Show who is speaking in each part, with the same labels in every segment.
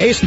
Speaker 1: es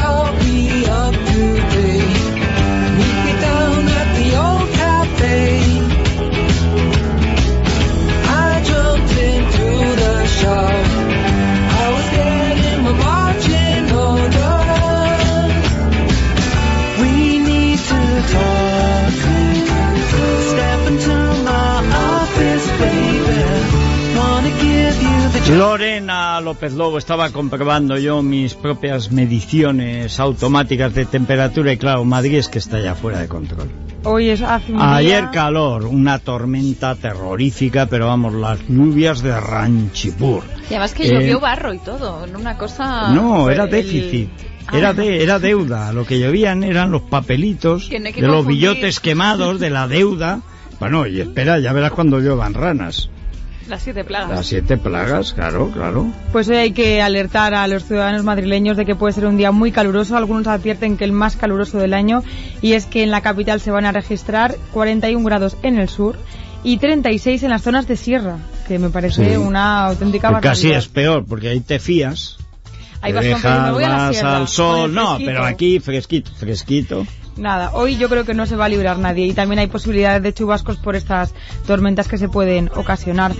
Speaker 2: called me up today. Meet me down at the old cafe. I jumped into the shop. I was getting my marching orders. We need to talk. Step into my office, baby. Wanna give you the
Speaker 3: Lorena López Lobo, estaba comprobando yo mis propias mediciones automáticas de temperatura y claro, Madrid es que está ya fuera de control.
Speaker 4: Hoy es hace un
Speaker 3: Ayer
Speaker 4: día-
Speaker 3: calor, una tormenta terrorífica, pero vamos, las lluvias de Ranchipur.
Speaker 5: Y además que
Speaker 3: Eh,
Speaker 5: llovió barro y todo, ¿no? una
Speaker 4: Ah,
Speaker 5: cosa...
Speaker 3: No,
Speaker 4: pues
Speaker 3: era
Speaker 5: el-
Speaker 3: déficit.
Speaker 5: Ah.
Speaker 3: Era, de- era deuda. Lo que llovían eran los papelitos
Speaker 5: Que no hay que
Speaker 3: de los
Speaker 5: confundir.
Speaker 3: billotes quemados de la deuda. Bueno, y espera, ya verás cuando lluevan ranas.
Speaker 5: Las siete plagas.
Speaker 3: Las siete plagas, claro, claro.
Speaker 4: Pues hoy hay que alertar a los ciudadanos madrileños de que puede ser un día muy caluroso. Algunos advierten que el más caluroso del año y es que en la capital se van a registrar 41 grados en el sur y 36 en las zonas de sierra, que me parece
Speaker 3: Sí.
Speaker 4: una auténtica
Speaker 3: Porque
Speaker 4: barbaridad.
Speaker 3: Casi es peor, porque ahí te fías.
Speaker 4: Ahí
Speaker 3: te
Speaker 4: vas con
Speaker 3: dejas
Speaker 4: Pedro, voy a la
Speaker 3: vas
Speaker 4: sierra,
Speaker 3: al
Speaker 4: con
Speaker 3: sol,
Speaker 4: el
Speaker 3: no,
Speaker 4: fresquito.
Speaker 3: pero aquí fresquito, fresquito.
Speaker 4: Nada, hoy yo creo que no se va a librar nadie y también hay posibilidades de chubascos por estas tormentas que se pueden ocasionar.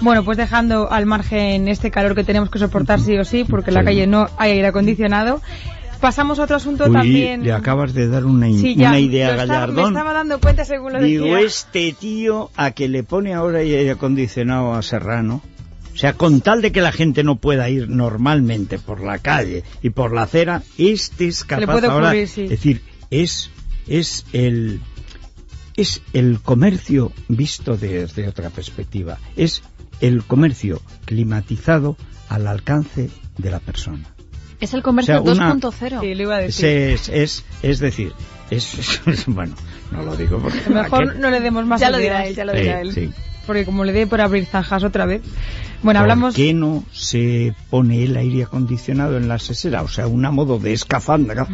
Speaker 4: Bueno, pues dejando al margen este calor que tenemos que soportar sí o sí, porque en la
Speaker 3: Sí.
Speaker 4: calle no hay aire acondicionado, pasamos a otro asunto
Speaker 3: Uy,
Speaker 4: también.
Speaker 3: le acabas de dar una, in-
Speaker 4: Sí, ya,
Speaker 3: una idea a
Speaker 4: lo estaba-
Speaker 3: Gallardón.
Speaker 4: me estaba dando cuenta según lo
Speaker 3: Digo,
Speaker 4: decía.
Speaker 3: este tío a que le pone ahora aire acondicionado a Serrano. O sea, con tal de que la gente no pueda ir normalmente por la calle y por la acera, este es capaz
Speaker 4: puede
Speaker 3: ahora.
Speaker 4: ocurrir, sí.
Speaker 3: Es decir, es, es el. Es el comercio visto desde otra perspectiva. Es el comercio climatizado al alcance de la persona.
Speaker 5: Es el comercio
Speaker 3: O sea, una-
Speaker 5: 2.0.
Speaker 4: Sí, lo iba a decir.
Speaker 3: Ese Es, es, es decir, es, bueno, no lo digo porque.
Speaker 4: Mejor
Speaker 3: ¿a qué?
Speaker 4: no le demos más
Speaker 5: Ya lo
Speaker 4: ideas,
Speaker 5: dirá él, ya lo
Speaker 3: Sí,
Speaker 5: dirá él.
Speaker 3: sí.
Speaker 4: Porque como le dé por abrir zanjas otra vez. Bueno,
Speaker 3: ¿Por
Speaker 4: hablamos...
Speaker 3: qué no se pone el aire acondicionado en la sesera? O sea, una modo de escafandra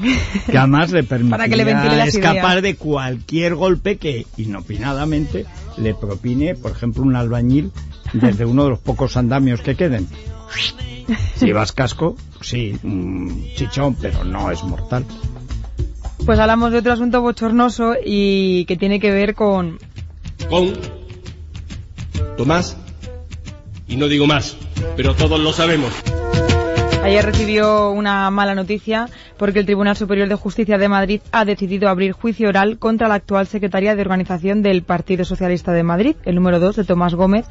Speaker 3: que además le
Speaker 4: Para que le ventile
Speaker 3: permitiría
Speaker 4: las
Speaker 3: escapar
Speaker 4: ideas.
Speaker 3: de cualquier golpe que inopinadamente le propine, por ejemplo, un albañil desde uno de los pocos andamios que queden. Si llevas casco, sí, un chichón, pero no es mortal.
Speaker 4: Pues hablamos de otro asunto bochornoso y que tiene que ver con
Speaker 6: con Tomás y no digo más, pero todos lo sabemos.
Speaker 4: Ayer recibió una mala noticia porque el Tribunal Superior de Justicia de Madrid ha decidido abrir juicio oral contra la actual secretaria de organización del Partido Socialista de Madrid, el número 2 de Tomás Gómez,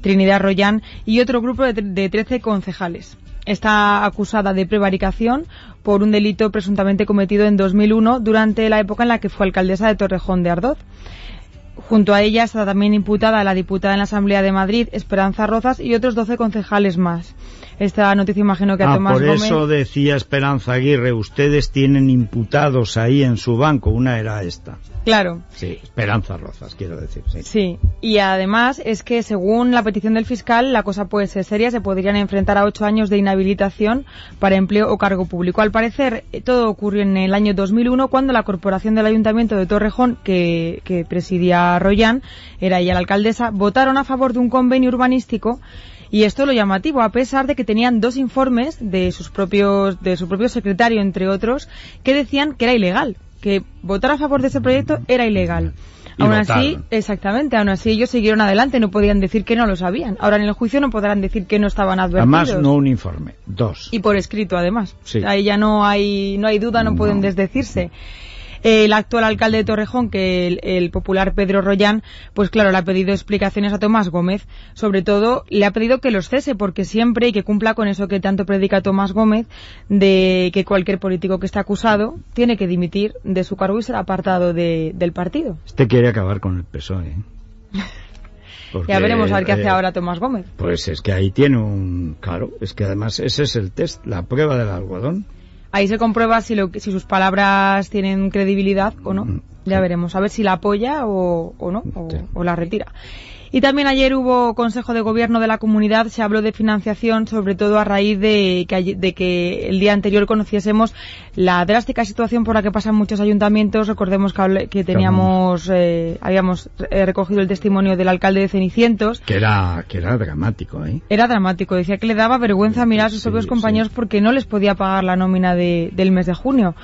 Speaker 4: Trinidad Royán y otro grupo de, tre- de 13 concejales. Está acusada de prevaricación por un delito presuntamente cometido en 2001 durante la época en la que fue alcaldesa de Torrejón de Ardoz. Junto a ella está también imputada la diputada en la Asamblea de Madrid, Esperanza Rozas, y otros 12 concejales más. Esta noticia imagino que a
Speaker 3: Ah,
Speaker 4: Tomás
Speaker 3: por
Speaker 4: Gómez...
Speaker 3: eso decía Esperanza Aguirre, ustedes tienen imputados ahí en su banco, una era esta.
Speaker 4: Claro,
Speaker 3: Sí, Esperanza Rozas, quiero decir. sí.
Speaker 4: sí. Y además es que según la petición del fiscal, la cosa puede ser seria. Se podrían enfrentar a ocho años de inhabilitación para empleo o cargo público. Al parecer, eh, todo ocurrió en el año 2001 cuando la corporación del ayuntamiento de Torrejón, que, que presidía Royán, era ella la alcaldesa, votaron a favor de un convenio urbanístico Y esto es lo llamativo, a pesar de que tenían dos informes de sus propios, de su propio secretario, entre otros, que decían que era ilegal, que votar a favor de ese proyecto era ilegal.
Speaker 3: Y
Speaker 4: aún así,
Speaker 3: votaron.
Speaker 4: exactamente, aún así ellos siguieron adelante, no podían decir que no lo sabían. Ahora en el juicio no podrán decir que no estaban advertidos.
Speaker 3: Además, no un informe, dos.
Speaker 4: Y por escrito, además.
Speaker 3: Sí.
Speaker 4: Ahí ya no hay, no hay duda, no,
Speaker 3: No.
Speaker 4: pueden desdecirse. El actual alcalde de Torrejón, que el, el popular Pedro Royán, pues claro, le ha pedido explicaciones a Tomás Gómez. Sobre todo, le ha pedido que los cese, porque siempre, y que cumpla con eso que tanto predica Tomás Gómez, de que cualquier político que está acusado tiene que dimitir de su cargo y ser apartado de- del partido.
Speaker 3: Este quiere acabar con el PSOE. ¿eh? Porque,
Speaker 4: ya veremos a ver qué hace
Speaker 3: eh,
Speaker 4: ahora Tomás Gómez.
Speaker 3: Pues es que ahí tiene un... Claro, es que además ese es el test, la prueba del algodón.
Speaker 4: Ahí se comprueba si, lo, que- si sus palabras tienen credibilidad o no.
Speaker 3: Mm,
Speaker 4: Ya
Speaker 3: sí.
Speaker 4: veremos, a ver si la apoya o, o no, o,
Speaker 3: Sí.
Speaker 4: o la retira. Y también ayer hubo Consejo de Gobierno de la Comunidad, se habló de financiación, sobre todo a raíz de que, ayer- de que el día anterior conociésemos la drástica situación por la que pasan muchos ayuntamientos. Recordemos que, habl- que teníamos, eh, habíamos eh, recogido el testimonio del alcalde de Cenicientos.
Speaker 3: Que era, que era dramático, ¿eh?
Speaker 4: Era dramático, decía que le daba vergüenza mirar a sus
Speaker 3: Sí,
Speaker 4: propios
Speaker 3: sí.
Speaker 4: compañeros porque no les podía pagar la nómina de- del mes de junio.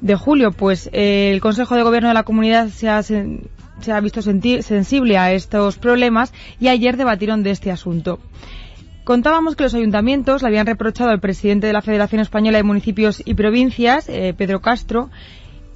Speaker 4: De julio, pues eh, el Consejo de Gobierno de la Comunidad se ha, sen- se ha visto senti- sensible a estos problemas y ayer debatieron de este asunto. Contábamos que los ayuntamientos le habían reprochado al presidente de la Federación Española de Municipios y Provincias, eh, Pedro Castro,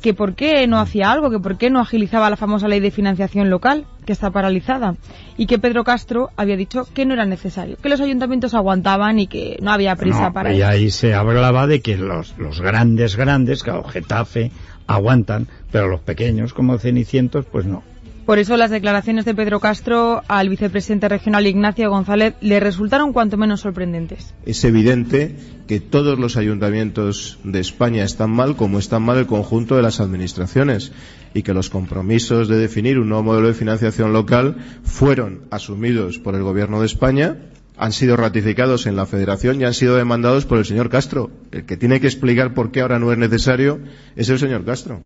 Speaker 4: que por qué no hacía algo, que por qué no agilizaba la famosa ley de financiación local, que está paralizada, y que Pedro Castro había dicho que no era necesario, que los ayuntamientos aguantaban y que no había prisa
Speaker 3: No,
Speaker 4: para
Speaker 3: y
Speaker 4: ello.
Speaker 3: ahí se hablaba de que los, los grandes, grandes, claro, Getafe, aguantan, pero los pequeños como Cenicientos, pues no.
Speaker 4: Por eso las declaraciones de Pedro Castro al vicepresidente regional Ignacio González le resultaron cuanto menos sorprendentes.
Speaker 7: Es evidente que todos los ayuntamientos de España están mal, como están mal el conjunto de las administraciones, y que los compromisos de definir un nuevo modelo de financiación local fueron asumidos por el Gobierno de España, han sido ratificados en la Federación y han sido demandados por el señor Castro. El que tiene que explicar por qué ahora no es necesario es el señor Castro.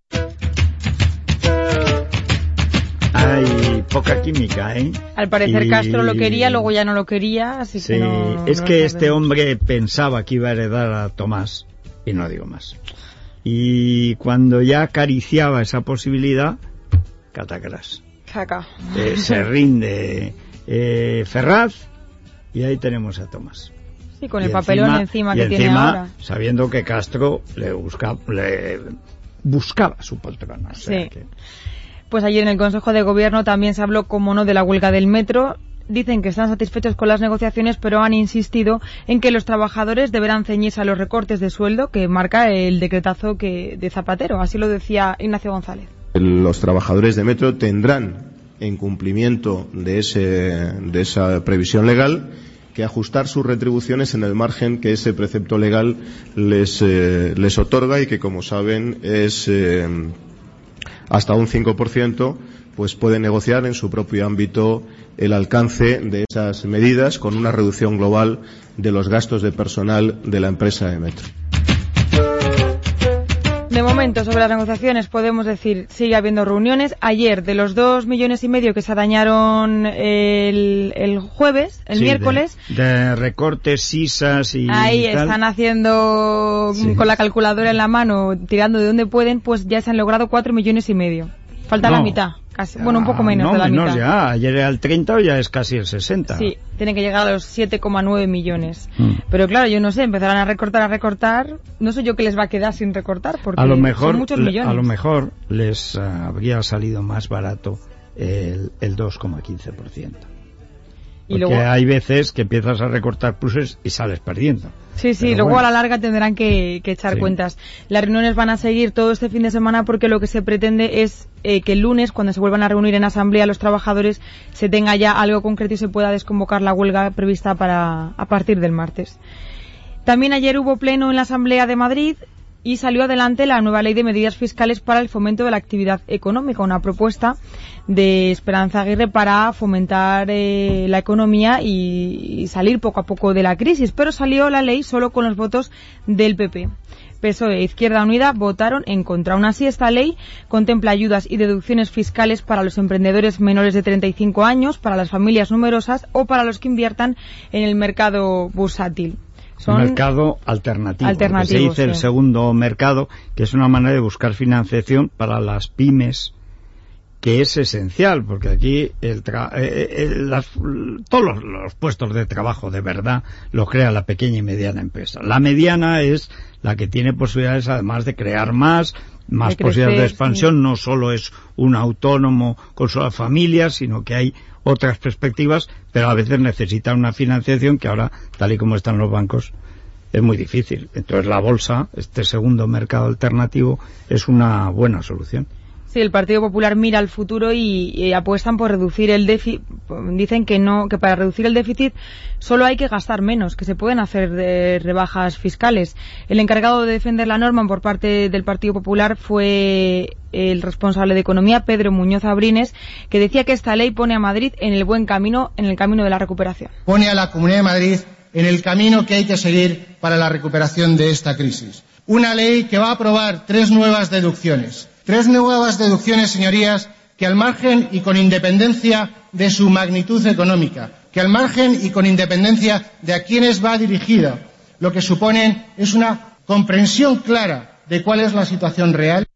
Speaker 3: Hay poca química, ¿eh?
Speaker 4: Al parecer
Speaker 3: Y-
Speaker 4: Castro lo quería, luego ya no lo quería, así
Speaker 3: Sí,
Speaker 4: que no-
Speaker 3: es
Speaker 4: no
Speaker 3: que
Speaker 4: lo
Speaker 3: este
Speaker 4: sabemos.
Speaker 3: hombre pensaba que iba a heredar a Tomás, y no digo más. Y cuando ya acariciaba esa posibilidad, catacras.
Speaker 4: Caca.
Speaker 3: Eh, se rinde eh, Ferraz, y ahí tenemos a Tomás.
Speaker 4: Sí, con
Speaker 3: Y
Speaker 4: el papelón encima,
Speaker 3: y
Speaker 4: que tiene
Speaker 3: encima,
Speaker 4: ahora.
Speaker 3: Sabiendo que Castro le, busca, le buscaba su poltrona. o sea
Speaker 4: Sí.
Speaker 3: que-
Speaker 4: Pues ayer en el Consejo de Gobierno también se habló, como no, de la huelga del metro. Dicen que están satisfechos con las negociaciones, pero han insistido en que los trabajadores deberán ceñirse a los recortes de sueldo que marca el decretazo que de Zapatero. Así lo decía Ignacio González.
Speaker 7: los trabajadores de Metro tendrán, en cumplimiento de, ese- de esa previsión legal, que ajustar sus retribuciones en el margen que ese precepto legal les, eh, les otorga y que, como saben, es eh, hasta un 5%, pues puede negociar en su propio ámbito el alcance de esas medidas con una reducción global de los gastos de personal de la empresa de Metro.
Speaker 4: De momento, sobre las negociaciones, podemos decir, sigue habiendo reuniones. Ayer, de los dos millones y medio que se dañaron el, el jueves, el
Speaker 3: Sí, de-
Speaker 4: miércoles,
Speaker 3: De, recortes, sisas y.
Speaker 4: Ahí
Speaker 3: tal.
Speaker 4: están haciendo mm,
Speaker 3: Sí.
Speaker 4: con la calculadora en la mano, tirando de donde pueden, pues ya se han logrado cuatro millones y medio. Falta la
Speaker 3: No.
Speaker 4: mitad, casi. Bueno, un poco
Speaker 3: Ah,
Speaker 4: menos
Speaker 3: no,
Speaker 4: de la
Speaker 3: menos
Speaker 4: mitad.
Speaker 3: ya. Ayer era el 30, hoy ya es casi el 60.
Speaker 4: Sí, tienen que llegar a los 7,9 millones.
Speaker 3: Mm.
Speaker 4: Pero claro, yo no sé, empezarán a recortar, a recortar. No sé yo qué les va a quedar sin recortar, porque
Speaker 3: a lo mejor,
Speaker 4: son muchos
Speaker 3: le-
Speaker 4: millones.
Speaker 3: A lo mejor les ah, habría salido más barato el, el 2,15%.
Speaker 4: y
Speaker 3: Porque
Speaker 4: luego,
Speaker 3: hay veces que empiezas a recortar pluses y sales perdiendo.
Speaker 4: sí, sí,
Speaker 3: pero
Speaker 4: luego
Speaker 3: bueno.
Speaker 4: a la larga tendrán que, que echar
Speaker 3: Sí.
Speaker 4: cuentas. Las reuniones van a seguir todo este fin de semana porque lo que se pretende es eh, que el lunes, cuando se vuelvan a reunir en asamblea los trabajadores, se tenga ya algo concreto y se pueda desconvocar la huelga prevista para a partir del martes. También ayer hubo pleno en la Asamblea de Madrid y salió adelante la nueva ley de medidas fiscales para el fomento de la actividad económica, una propuesta de Esperanza Aguirre para fomentar eh, la economía y, y salir poco a poco de la crisis. Pero salió la ley solo con los votos del PP. PSOE e Izquierda Unida votaron en contra. Aún así, esta ley contempla ayudas y deducciones fiscales para los emprendedores menores de 35 años, para las familias numerosas o para los que inviertan en el mercado bursátil.
Speaker 3: Un
Speaker 4: Son-
Speaker 3: mercado alternativo. lo que se
Speaker 4: Alternativo,
Speaker 3: dice el
Speaker 4: sí.
Speaker 3: segundo mercado, que es una manera de buscar financiación para las pymes, que es esencial, porque aquí el tra- eh, eh, eh, las- todos los, los puestos de trabajo de verdad los crea la pequeña y mediana empresa. La mediana es la que tiene posibilidades además de crear más, más
Speaker 4: De
Speaker 3: posibilidades de
Speaker 4: crecer,
Speaker 3: expansión, no solo es un autónomo con su familia, sino que hay otras perspectivas, pero a veces necesita una financiación que ahora, tal y como están los bancos, es muy difícil. Entonces la bolsa, este segundo mercado alternativo, es una buena solución.
Speaker 4: Sí, el Partido Popular mira al futuro y, y apuestan por reducir el déficit. Dicen que no, que para reducir el déficit solo hay que gastar menos, que se pueden hacer eh, rebajas fiscales. El encargado de defender la norma por parte del Partido Popular fue el responsable de Economía, Pedro Muñoz Abrines, que decía que esta ley pone a Madrid en el buen camino, en el camino de la recuperación.
Speaker 8: pone a la Comunidad de Madrid en el camino que hay que seguir para la recuperación de esta crisis. Una ley que va a aprobar tres nuevas deducciones. Tres nuevas deducciones, señorías, que al margen y con independencia de su magnitud económica, que al margen y con independencia de a quiénes va dirigida, lo que suponen es una comprensión clara de cuál es la situación real.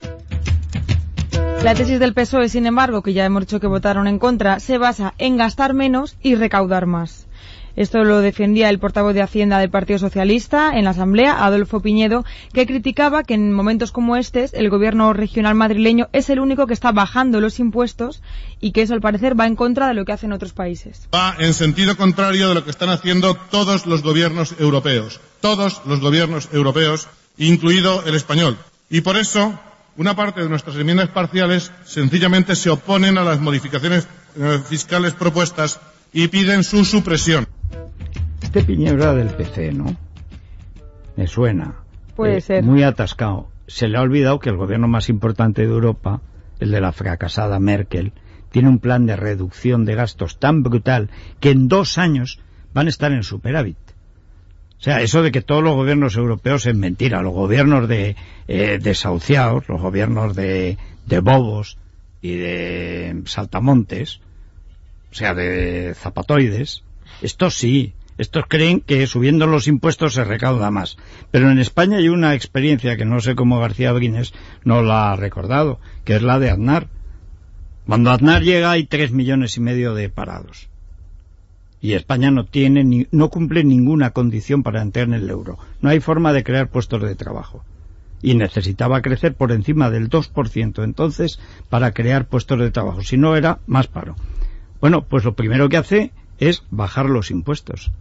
Speaker 4: La tesis del PSOE, E, sin embargo, que ya hemos dicho que votaron en contra, se basa en gastar menos y recaudar más. Esto lo defendía el portavoz de Hacienda del Partido Socialista en la Asamblea, Adolfo Piñedo, que criticaba que en momentos como estos el gobierno regional madrileño es el único que está bajando los impuestos y que eso al parecer va en contra de lo que hacen otros países.
Speaker 9: Va en sentido contrario de lo que están haciendo todos los gobiernos europeos, todos los gobiernos europeos, incluido el español. Y por eso, una parte de nuestras enmiendas parciales sencillamente se oponen a las modificaciones eh, fiscales propuestas y piden su supresión.
Speaker 3: Este Piñero era del PC, ¿no? Me suena. Eh,
Speaker 4: Puede ser.
Speaker 3: Muy atascado. Se le ha olvidado que el gobierno más importante de Europa, el de la fracasada Merkel, tiene un plan de reducción de gastos tan brutal que en dos años van a estar en superávit. O sea, eso de que todos los gobiernos europeos es mentira. Los gobiernos de eh, desahuciados, los gobiernos de, de bobos y de saltamontes, o sea, de zapatoides, estos sí. Estos creen que subiendo los impuestos se recauda más. Pero en España hay una experiencia que no sé cómo García Brines no la ha recordado, que es la de Aznar. Cuando Aznar llega hay tres millones y medio de parados. Y España no tiene ni- no cumple ninguna condición para entrar en el euro. No hay forma de crear puestos de trabajo. Y necesitaba crecer por encima del 2% entonces para crear puestos de trabajo. Si no era más paro. Bueno, pues lo primero que hace es bajar los impuestos.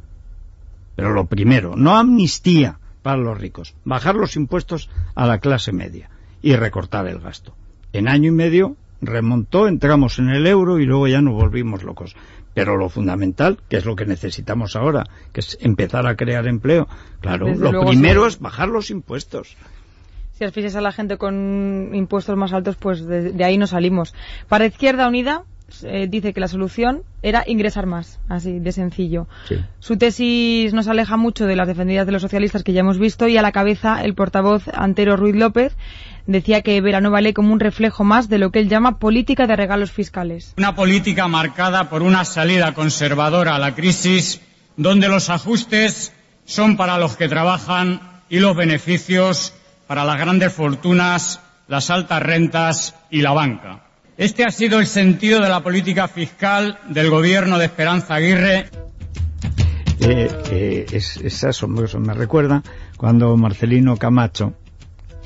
Speaker 3: Pero lo primero, no amnistía para los ricos, bajar los impuestos a la clase media y recortar el gasto. En año y medio remontó, entramos en el euro y luego ya nos volvimos locos. Pero lo fundamental, que es lo que necesitamos ahora, que es empezar a crear empleo, claro,
Speaker 4: Desde
Speaker 3: lo
Speaker 4: luego,
Speaker 3: primero
Speaker 4: sí.
Speaker 3: es bajar los impuestos.
Speaker 4: Si asfixias a la gente con impuestos más altos, pues de, de ahí no salimos. Para Izquierda Unida eh, dice que la solución era ingresar más, así de sencillo. Su tesis nos aleja mucho de las defendidas de los socialistas que ya hemos visto y a la cabeza el portavoz Antero Ruiz López decía que Verano vale como un reflejo más de lo que él llama política de regalos fiscales.
Speaker 10: Una política marcada por una salida conservadora a la crisis, donde los ajustes son para los que trabajan y los beneficios para las grandes fortunas, las altas rentas y la banca. Este ha sido el sentido de la política fiscal del gobierno de Esperanza Aguirre
Speaker 3: Eh, eh, es, es asombroso. Me recuerda cuando Marcelino Camacho,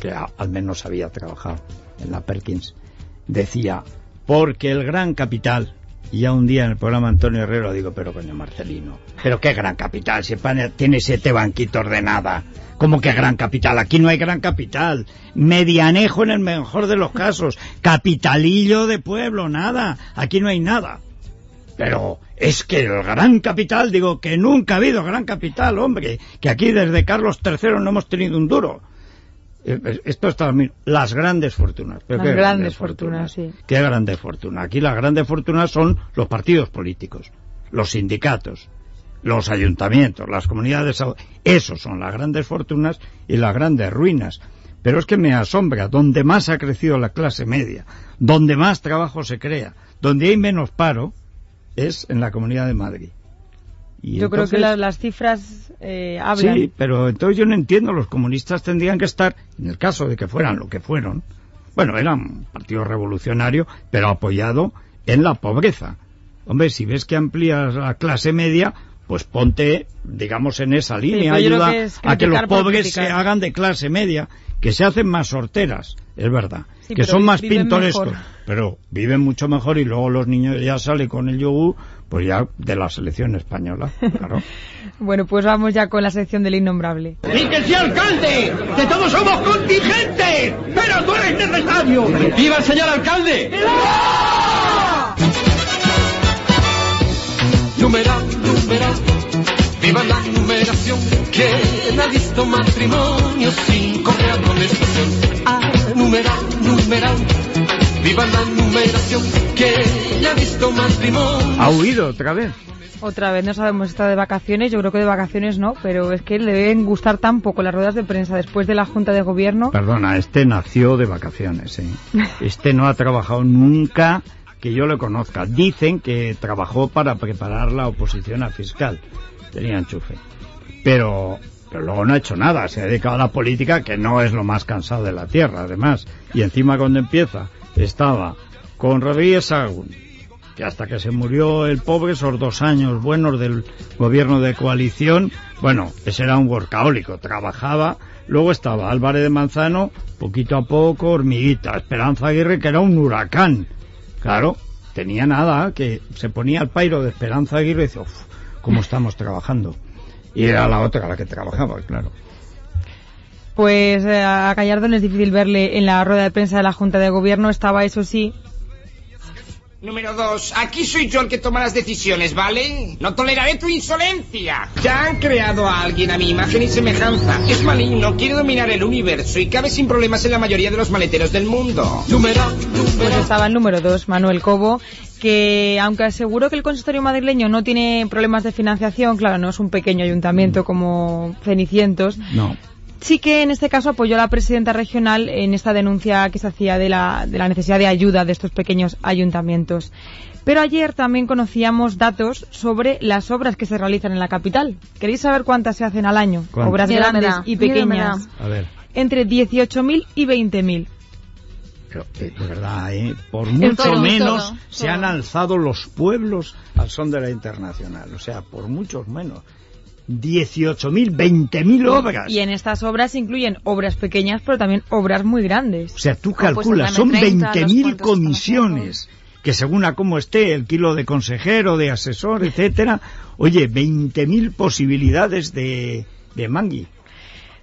Speaker 3: que a- al menos había trabajado en la Perkins, decía, porque el gran capital, y ya un día en el programa Antonio Herrero digo, pero coño Marcelino, pero qué gran capital, si España tiene siete banquitos de nada, ¿cómo que gran capital? Aquí no hay gran capital, medianejo en el mejor de los casos, capitalillo de pueblo, nada, aquí no hay nada. Pero es que el gran capital, digo, que nunca ha habido gran capital, hombre, que aquí desde Carlos III no hemos tenido un duro. Eh, eh, Esto está mira, las grandes fortunas. pero
Speaker 4: Las
Speaker 3: qué
Speaker 4: grandes fortunas, sí.
Speaker 3: Qué grandes fortunas. Aquí las grandes fortunas son los partidos políticos, los sindicatos, los ayuntamientos, las comunidades. au- Esos son las grandes fortunas y las grandes ruinas. Pero es que me asombra, donde más ha crecido la clase media, donde más trabajo se crea, donde hay menos paro, es en la Comunidad de Madrid. Y
Speaker 4: Yo creo que
Speaker 3: entonces-
Speaker 4: la- las cifras eh, hablan.
Speaker 3: Sí, pero entonces yo no entiendo, los comunistas tendrían que estar, en el caso de que fueran lo que fueron, bueno, eran un partido revolucionario, pero apoyado en la pobreza. Hombre, si ves que amplías la clase media, pues ponte, digamos, en esa línea,
Speaker 4: pero yo creo
Speaker 3: ayuda
Speaker 4: que es
Speaker 3: a que los
Speaker 4: criticar por
Speaker 3: pobres se
Speaker 4: criticar.
Speaker 3: hagan de clase media, que se hacen más sorteras. es verdad.
Speaker 4: Sí,
Speaker 3: que
Speaker 4: pero
Speaker 3: son
Speaker 4: vi-
Speaker 3: más
Speaker 4: viven
Speaker 3: pintorescos,
Speaker 4: mejor.
Speaker 3: pero viven mucho mejor y luego los niños ya salen con el yogur, pues ya de la selección española, claro.
Speaker 4: Bueno, pues vamos ya con la sección del innombrable.
Speaker 2: ¡Y que sea alcalde! ¡Que todos somos contingentes! ¡Pero tú eres necesario! ¡Viva el señor alcalde!
Speaker 11: Numeral, numeral, viva la numeración que ha visto matrimonio sin correa amonestación. Ah, numeral, numeral, viva la numeración que ha visto matrimonio.
Speaker 3: ¿Ha huido otra vez?
Speaker 4: Otra vez, no sabemos si está de vacaciones, yo creo que de vacaciones no, pero es que le deben gustar tan poco las ruedas de prensa después de la Junta de Gobierno.
Speaker 3: Perdona, este nació de vacaciones, ¿eh? Este no ha trabajado nunca que yo le conozca. Dicen que trabajó para preparar la oposición a fiscal. Tenía enchufe. Pero, pero luego no ha hecho nada. Se ha dedicado a la política, que no es lo más cansado de la tierra, además. Y encima cuando empieza, estaba con Rodríguez Sahagún, que hasta que se murió el pobre, esos dos años buenos del gobierno de coalición, bueno, ese era un workahólico, trabajaba, luego estaba Álvarez de Manzano, poquito a poco, hormiguita, Esperanza Aguirre, que era un huracán, claro, tenía nada, que se ponía al pairo de Esperanza Aguirre y dice, uff, cómo estamos trabajando. Y era la otra la que trabajaba, claro.
Speaker 4: Pues eh, a Gallardo no es difícil verle en la rueda de prensa de la Junta de Gobierno, estaba eso sí.
Speaker 12: Número dos, aquí soy yo el que toma las decisiones, ¿vale? No toleraré tu insolencia. Ya han creado a alguien a mi imagen y semejanza. Es maligno, quiere dominar el universo y cabe sin problemas en la mayoría de los maleteros del mundo. Número
Speaker 4: Pues estaba el número dos, Manuel Cobo, que aunque aseguró que el consistorio madrileño no tiene problemas de financiación, claro, no es un pequeño ayuntamiento como Cenicientos,
Speaker 3: No.
Speaker 4: sí que en este caso apoyó a la presidenta regional en esta denuncia que se hacía de la, de la necesidad de ayuda de estos pequeños ayuntamientos. Pero ayer también conocíamos datos sobre las obras que se realizan en la capital. ¿Queréis saber cuántas se hacen al año?
Speaker 3: ¿Cuántas?
Speaker 4: Obras
Speaker 5: Miedo me
Speaker 4: grandes
Speaker 5: da,
Speaker 4: y
Speaker 5: miedo me
Speaker 4: pequeñas.
Speaker 3: A ver,
Speaker 4: Entre 18.000 y 20.000.
Speaker 3: pero, eh, de verdad, ¿eh? por
Speaker 4: El
Speaker 3: mucho
Speaker 4: toro, el
Speaker 3: menos
Speaker 4: toro,
Speaker 3: se
Speaker 4: toro.
Speaker 3: han alzado los pueblos al son de la internacional. O sea, por muchos menos. 18.000, 20.000 obras.
Speaker 4: Y en estas obras se incluyen obras pequeñas, pero también obras muy grandes.
Speaker 3: O sea, tú calculas, son 20.000 comisiones, que según a cómo esté el kilo de consejero, de asesor, etcétera, oye, 20.000 posibilidades de, de mangui.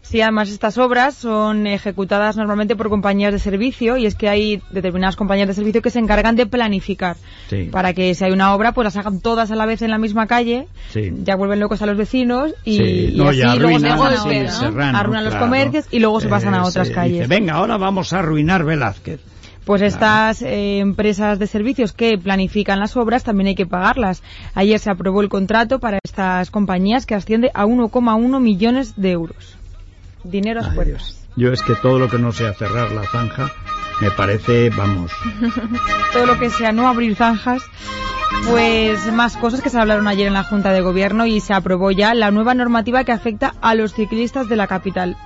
Speaker 4: Sí, además estas obras son ejecutadas normalmente por compañías de servicio y es que hay determinadas compañías de servicio que se encargan de planificar
Speaker 3: Sí.
Speaker 4: para que si hay una obra pues las hagan todas a la vez en la misma calle,
Speaker 3: Sí.
Speaker 4: ya vuelven locos a los vecinos y,
Speaker 3: Sí,
Speaker 4: y
Speaker 3: no,
Speaker 4: así
Speaker 3: y
Speaker 4: luego se
Speaker 3: arruinan,
Speaker 4: pasan a
Speaker 3: sí,
Speaker 4: otras, ¿no?
Speaker 3: Serrano,
Speaker 4: Arruinan los
Speaker 3: claro.
Speaker 4: comercios y luego se pasan
Speaker 3: Eh,
Speaker 4: a otras
Speaker 3: se dice,
Speaker 4: calles.
Speaker 3: Venga, ahora vamos a arruinar Velázquez.
Speaker 4: Pues estas eh, empresas de servicios que planifican las obras también hay que pagarlas. Ayer se aprobó el contrato para estas compañías que asciende a 1,1 millones de euros. Dinero a las puertas.
Speaker 3: Yo es que todo lo que no sea cerrar la zanja me parece, vamos,
Speaker 4: Todo lo que sea no abrir zanjas. Pues más cosas que se hablaron ayer en la Junta de Gobierno y se aprobó ya la nueva normativa que afecta a los ciclistas de la capital.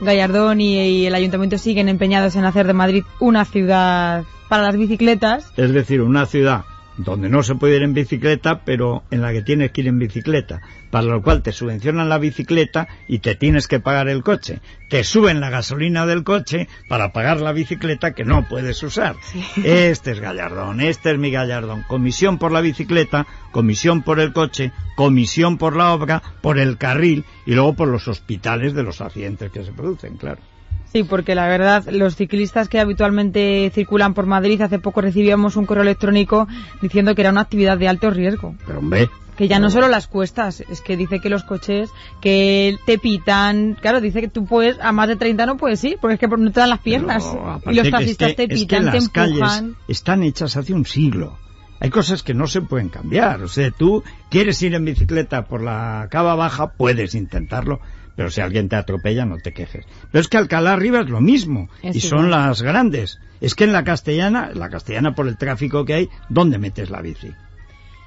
Speaker 4: Gallardón y, y el ayuntamiento siguen empeñados en hacer de Madrid una ciudad para las bicicletas.
Speaker 3: es decir, una ciudad donde no se puede ir en bicicleta, pero en la que tienes que ir en bicicleta, para lo cual te subvencionan la bicicleta y te tienes que pagar el coche. Te suben la gasolina del coche para pagar la bicicleta que no puedes usar. Este es Gallardón, este es mi Gallardón. Comisión por la bicicleta, comisión por el coche, comisión por la obra, por el carril y luego por los hospitales de los accidentes que se producen, claro.
Speaker 4: Sí, porque la verdad, los ciclistas que habitualmente circulan por Madrid, hace poco recibíamos un correo electrónico diciendo que era una actividad de alto riesgo.
Speaker 3: Pero hombre,
Speaker 4: Que ya no solo las cuestas, es que dice que los coches que te pitan, claro, dice que tú puedes, a más de 30 no puedes ir, porque es que no te dan las piernas.
Speaker 3: Aparte
Speaker 4: y los
Speaker 3: que
Speaker 4: taxistas
Speaker 3: es que-
Speaker 4: te
Speaker 3: es que
Speaker 4: pitan,
Speaker 3: las
Speaker 4: te empujan.
Speaker 3: calles están hechas hace un siglo. Hay cosas que no se pueden cambiar. O sea, tú quieres ir en bicicleta por la cava baja, puedes intentarlo, pero si alguien te atropella, no te quejes. Pero es que Alcalá arriba es lo mismo,
Speaker 13: Es
Speaker 3: y son las grandes. Es que en la castellana, la castellana por el tráfico que hay, ¿dónde metes la bici?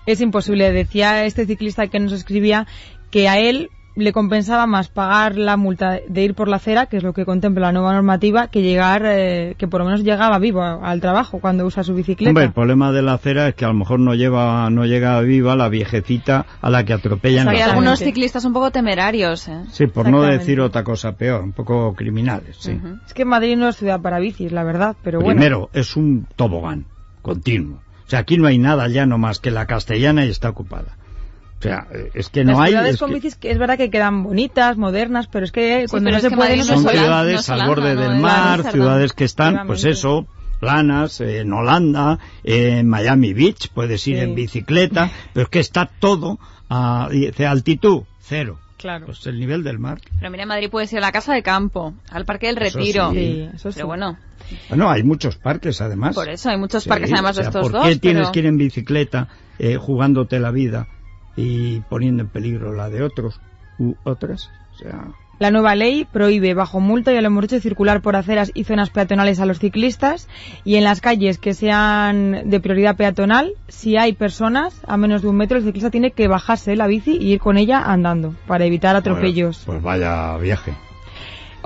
Speaker 4: Es imposible. Decía este ciclista que nos escribía que a él le compensaba más pagar la multa de ir por la acera, que es lo que contempla la nueva normativa, que llegar, eh, que por lo menos llegaba vivo a- al trabajo cuando usa su bicicleta.
Speaker 3: Hombre, el problema de la acera es que a lo mejor no lleva, no llega viva la viejecita a la que
Speaker 4: Pues
Speaker 3: atropellan.
Speaker 5: Hay
Speaker 3: las
Speaker 5: algunos
Speaker 3: calles.
Speaker 5: ciclistas un poco temerarios, ¿eh?
Speaker 3: Sí, por no
Speaker 4: Exactamente.
Speaker 3: decir otra cosa peor, un poco criminales, sí.
Speaker 4: Ujú. Es que Madrid no es ciudad para bicis, la verdad, pero bueno.
Speaker 3: Primero, es un tobogán continuo. O sea, aquí no hay nada llano más que la castellana y está ocupada. O sea, eh, es que no
Speaker 4: Las
Speaker 3: hay...
Speaker 4: ciudades
Speaker 3: es
Speaker 4: con
Speaker 3: que-
Speaker 4: bicis que es verdad que quedan bonitas, modernas, pero es que cuando
Speaker 5: pero
Speaker 4: no
Speaker 5: es
Speaker 4: se
Speaker 5: que
Speaker 4: puede
Speaker 5: Madrid
Speaker 4: no se
Speaker 3: son
Speaker 4: puede.
Speaker 3: ciudades al borde del mar, ciudades que están, pues eso, planas, eh, en Holanda, eh, en Miami Beach, puedes ir en bicicleta, pero es que está todo a y- de altitud, cero.
Speaker 4: Claro.
Speaker 3: Pues el nivel del mar.
Speaker 5: Pero mira, en Madrid puedes ir a la Casa de Campo, al Parque del
Speaker 3: Eso
Speaker 5: Retiro.
Speaker 3: sí. Sí,
Speaker 5: Pero bueno,
Speaker 3: Bueno, hay muchos parques además.
Speaker 5: por eso hay muchos
Speaker 3: Sí,
Speaker 5: parques además
Speaker 3: o sea,
Speaker 5: de estos
Speaker 3: ¿por
Speaker 5: dos.
Speaker 3: qué tienes
Speaker 5: pero-
Speaker 3: que ir en bicicleta eh, jugándote la vida y poniendo en peligro la de otros u otras? O sea,
Speaker 4: La nueva ley prohíbe bajo multa, ya lo hemos dicho, circular por aceras y zonas peatonales a los ciclistas y en las calles que sean de prioridad peatonal, si hay personas a menos de un metro, el ciclista tiene que bajarse la bici y ir con ella andando para evitar atropellos.
Speaker 3: Pues vaya viaje.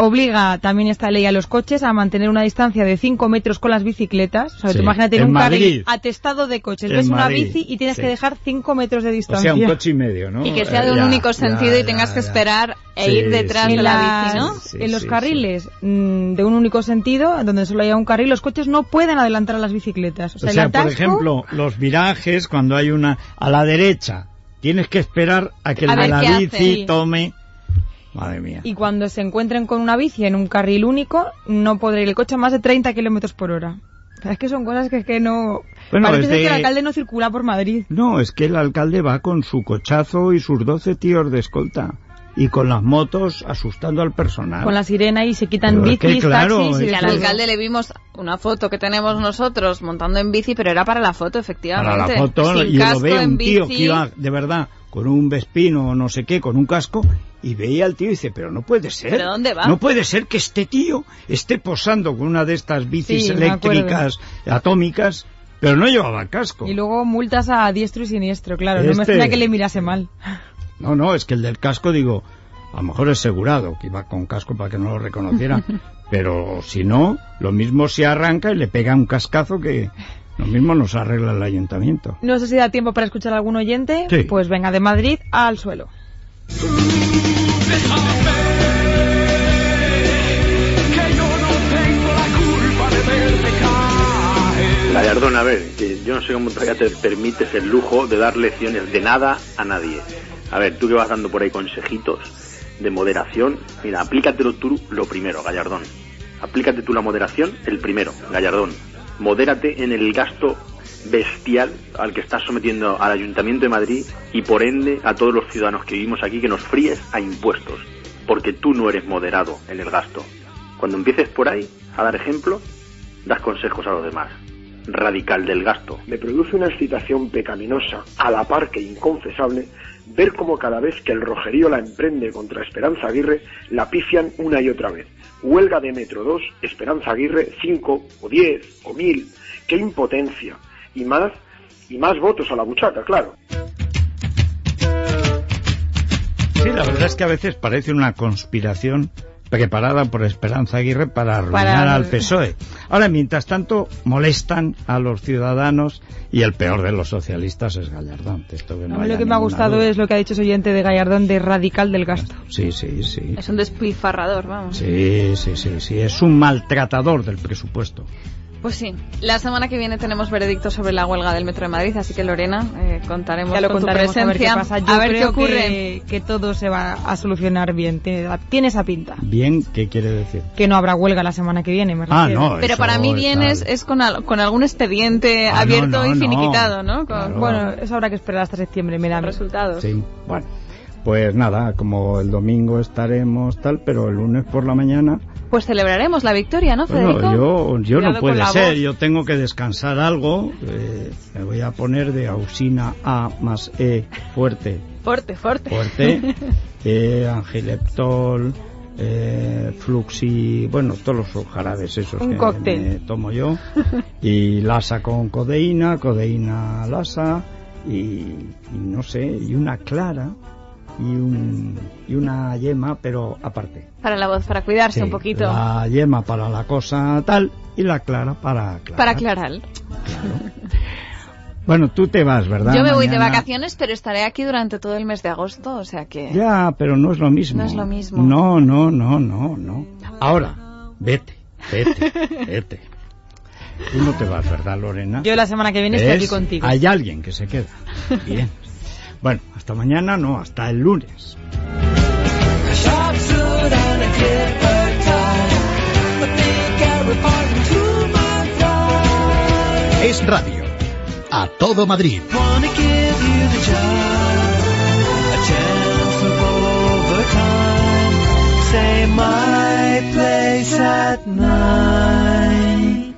Speaker 4: Obliga también esta ley a los coches a mantener una distancia de 5 metros con las bicicletas. O sea,
Speaker 3: Sí.
Speaker 4: tú imagínate
Speaker 3: En
Speaker 4: un
Speaker 3: Madrid.
Speaker 4: carril atestado de coches.
Speaker 3: En
Speaker 4: Ves una
Speaker 3: Madrid,
Speaker 4: bici y tienes
Speaker 3: sí.
Speaker 4: que dejar 5 metros de
Speaker 3: O
Speaker 4: distancia.
Speaker 3: sea, un coche y medio, ¿no?
Speaker 5: Y que sea de
Speaker 3: Eh,
Speaker 5: un
Speaker 3: ya,
Speaker 5: único
Speaker 3: ya,
Speaker 5: sentido y
Speaker 3: ya,
Speaker 5: tengas que
Speaker 3: ya.
Speaker 5: esperar e
Speaker 3: Sí,
Speaker 5: ir detrás
Speaker 3: sí.
Speaker 5: de la bici, ¿no?
Speaker 3: Sí,
Speaker 4: Ah, en los
Speaker 3: sí,
Speaker 4: carriles mm, de un único sentido, donde solo haya un carril, los coches no pueden adelantar a las bicicletas. O
Speaker 3: O
Speaker 4: sea,
Speaker 3: sea,
Speaker 4: el
Speaker 3: por
Speaker 4: atasco-
Speaker 3: ejemplo, los virajes, cuando hay una a la derecha, tienes que esperar a que
Speaker 4: A
Speaker 3: el de
Speaker 4: ver
Speaker 3: la
Speaker 4: qué hace.
Speaker 3: bici
Speaker 4: Sí.
Speaker 3: tome. Madre mía.
Speaker 4: Y cuando se encuentren con una bici en un carril único, no podrá ir el coche a más de 30 kilómetros por hora. O sea, es que son cosas que, es que no...
Speaker 3: Bueno,
Speaker 4: Parece
Speaker 3: desde-
Speaker 4: ser que el alcalde no circula por Madrid.
Speaker 3: No, es que el alcalde va con su cochazo y sus 12 tíos de escolta y con las motos asustando al personal.
Speaker 4: Con la sirena y se quitan
Speaker 3: Ah. Pero es que,
Speaker 4: bicis,
Speaker 3: claro,
Speaker 4: taxis... Y
Speaker 3: es
Speaker 4: de
Speaker 5: Y al
Speaker 4: todo.
Speaker 5: alcalde le vimos una foto que tenemos nosotros montando en bici, pero era para la foto, efectivamente.
Speaker 3: Para la foto,
Speaker 5: Sin
Speaker 3: yo lo
Speaker 5: casco,
Speaker 3: veo,
Speaker 5: en
Speaker 3: un tío
Speaker 5: bici.
Speaker 3: que iba, de verdad, con un vespino o no sé qué, con un casco, y veía al tío y dice, pero no puede ser.
Speaker 5: ¿Pero dónde va?
Speaker 3: No puede ser que este tío esté posando con una de estas bicis
Speaker 4: Sí, me
Speaker 3: eléctricas atómicas, pero no llevaba casco.
Speaker 4: Y luego multas a diestro y siniestro, claro. No me
Speaker 3: Este-
Speaker 4: extraña que le mirase mal.
Speaker 3: No, no, es que el del casco, digo, a lo mejor es segurado que iba con casco para que no lo reconociera, pero si no, lo mismo se arranca y le pega un cascazo que lo mismo nos arregla el ayuntamiento.
Speaker 4: No sé si da tiempo para escuchar a algún oyente.
Speaker 3: Sí.
Speaker 4: Pues venga, de Madrid al suelo.
Speaker 13: Gallardón, a ver, que yo no sé cómo todavía te permites el lujo de dar lecciones de nada a nadie. A ver, tú que vas dando por ahí consejitos de moderación, mira, aplícatelo tú lo primero, Gallardón. Aplícate tú la moderación el primero, Gallardón. Modérate en el gasto bestial al que estás sometiendo al Ayuntamiento de Madrid y por ende a todos los ciudadanos que vivimos aquí que nos fríes a impuestos, porque tú no eres moderado en el gasto. Cuando empieces por ahí a dar ejemplo, das consejos a los demás radical del gasto.
Speaker 14: Me produce una excitación pecaminosa, a la par que inconfesable, ver cómo cada vez que el rojerío la emprende contra Esperanza Aguirre, la pifian una y otra vez. Huelga de Metro 2, Esperanza Aguirre 5 o 10 o 1000. ¡Qué impotencia! Y más, y más votos a la buchaca, claro.
Speaker 3: Sí, la verdad es que a veces parece una conspiración preparada por Esperanza Aguirre para arruinar
Speaker 15: Para-
Speaker 3: al PSOE. E. Ahora, mientras tanto, molestan a los ciudadanos y el peor de los socialistas es Gallardón. de Esto que no
Speaker 4: A mí
Speaker 3: haya
Speaker 4: lo que me
Speaker 3: ninguna
Speaker 4: ha gustado
Speaker 3: duda.
Speaker 4: es lo que ha dicho ese oyente de Gallardón de radical del gasto.
Speaker 3: Sí, sí, sí.
Speaker 5: Es un despilfarrador, vamos.
Speaker 3: Sí, sí, sí, sí. Es un maltratador del presupuesto.
Speaker 5: Pues sí, la semana que viene tenemos veredicto sobre la huelga del Metro de Madrid, así que Lorena, eh, contaremos
Speaker 4: Ya lo
Speaker 5: con tu
Speaker 4: contaremos a ver qué
Speaker 5: presencia,
Speaker 4: pasa. Yo
Speaker 5: a ver
Speaker 4: creo
Speaker 5: qué ocurre.
Speaker 4: Que, que todo se va a solucionar bien. Tiene, tiene esa pinta.
Speaker 3: Bien, ¿qué quiere decir?
Speaker 4: Que no habrá huelga la semana que viene, me
Speaker 3: Ah,
Speaker 4: refiero.
Speaker 3: no,
Speaker 5: Pero para mí bien es, es con, al- con algún expediente
Speaker 3: Ah,
Speaker 5: abierto
Speaker 3: no, no,
Speaker 5: y
Speaker 3: no.
Speaker 5: finiquitado, ¿no? Con-
Speaker 4: Bueno, eso habrá que esperar hasta septiembre, me dan
Speaker 5: resultados.
Speaker 3: Sí, bueno. Pues nada, como el domingo estaremos tal, pero el lunes por la mañana
Speaker 5: Pues celebraremos la victoria, ¿no,
Speaker 3: Bueno,
Speaker 5: Federico?
Speaker 3: yo, yo
Speaker 5: Cuidado
Speaker 3: no
Speaker 5: con
Speaker 3: puede
Speaker 5: la
Speaker 3: ser,
Speaker 5: voz.
Speaker 3: yo tengo que descansar algo. eh, me voy a poner de Ausina A más E fuerte,
Speaker 5: Fuerte, fuerte.
Speaker 3: fuerte, eh, Angileptol, eh, Fluxi, bueno, todos los jarabes esos
Speaker 4: Un
Speaker 3: que
Speaker 4: cóctel.
Speaker 3: me tomo yo, y lasa con codeína, codeína lasa, y, y no sé, y una clara, y, un- y una yema, pero aparte.
Speaker 5: Para la voz, para cuidarse
Speaker 3: Sí,
Speaker 5: un poquito.
Speaker 3: La yema para la cosa tal y la clara para aclarar.
Speaker 5: Para aclarar.
Speaker 3: Bueno, tú te vas, ¿verdad?
Speaker 5: Yo me voy de
Speaker 3: Mañana?
Speaker 5: vacaciones, pero estaré aquí durante todo el mes de agosto, o sea que...
Speaker 3: Ya, pero no es lo mismo.
Speaker 5: No es lo mismo.
Speaker 3: No, no, no, no, no. Ahora, vete, vete, vete. Tú no te vas, ¿verdad, Lorena?
Speaker 4: Yo la semana que viene estoy aquí
Speaker 3: ¿Ves?
Speaker 4: contigo.
Speaker 3: Hay alguien que se queda. Bien. Bueno, hasta mañana, no, hasta el lunes.
Speaker 2: A sharp suit and a clipper tie. But they carry pardon to my pride.
Speaker 1: Es radio. A todo Madrid.
Speaker 2: Wanna give you the chance, a chance of overtime. Say my place at night.